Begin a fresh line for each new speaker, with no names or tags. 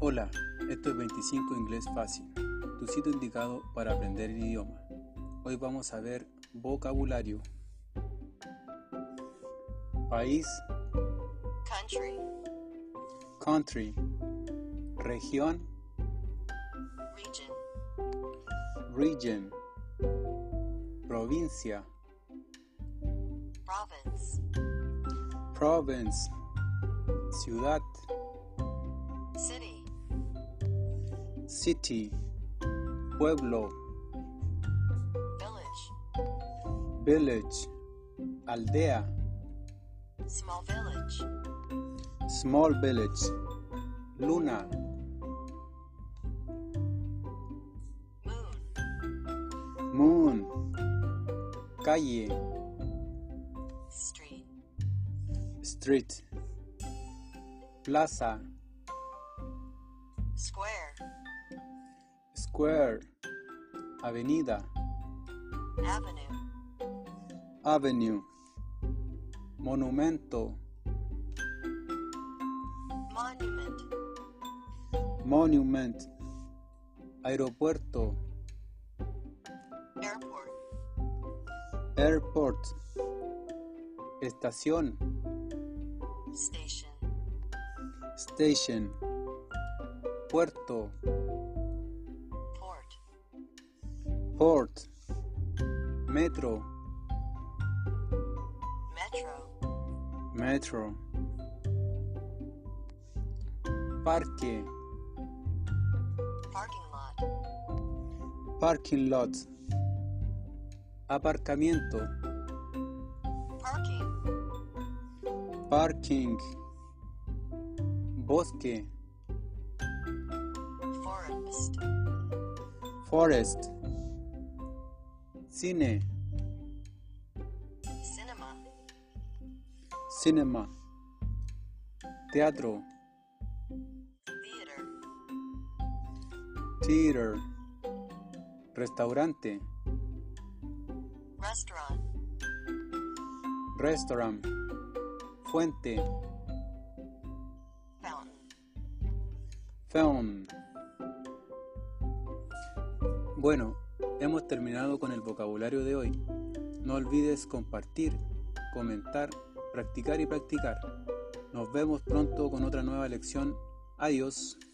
Hola, esto es 25 Inglés Fácil, tu sitio indicado para aprender el idioma. Hoy vamos a ver vocabulario. País,
country,
country. Región,
region,
region. Provincia,
province,
province. Ciudad,
city,
city. Pueblo,
village,
village. Aldea,
small village,
small village. Luna,
moon,
moon. Calle,
street,
street. Plaza,
square,
square. Avenida,
avenue,
avenue. Monumento,
monument,
monument. Aeropuerto,
airport,
airport. Estación,
station,
station. Puerto,
port,
port. Metro,
metro,
metro. Parque,
parking lot,
parking lot. Aparcamiento,
parking,
parking. Bosque,
forest,
forest. Cine,
cinema,
cinema. Teatro,
theater,
theater. Restaurante,
restaurant,
restaurant. Fuente,
fountain,
Film. Bueno, hemos terminado con el vocabulario de hoy. No olvides compartir, comentar, practicar y practicar. Nos vemos pronto con otra nueva lección. Adiós.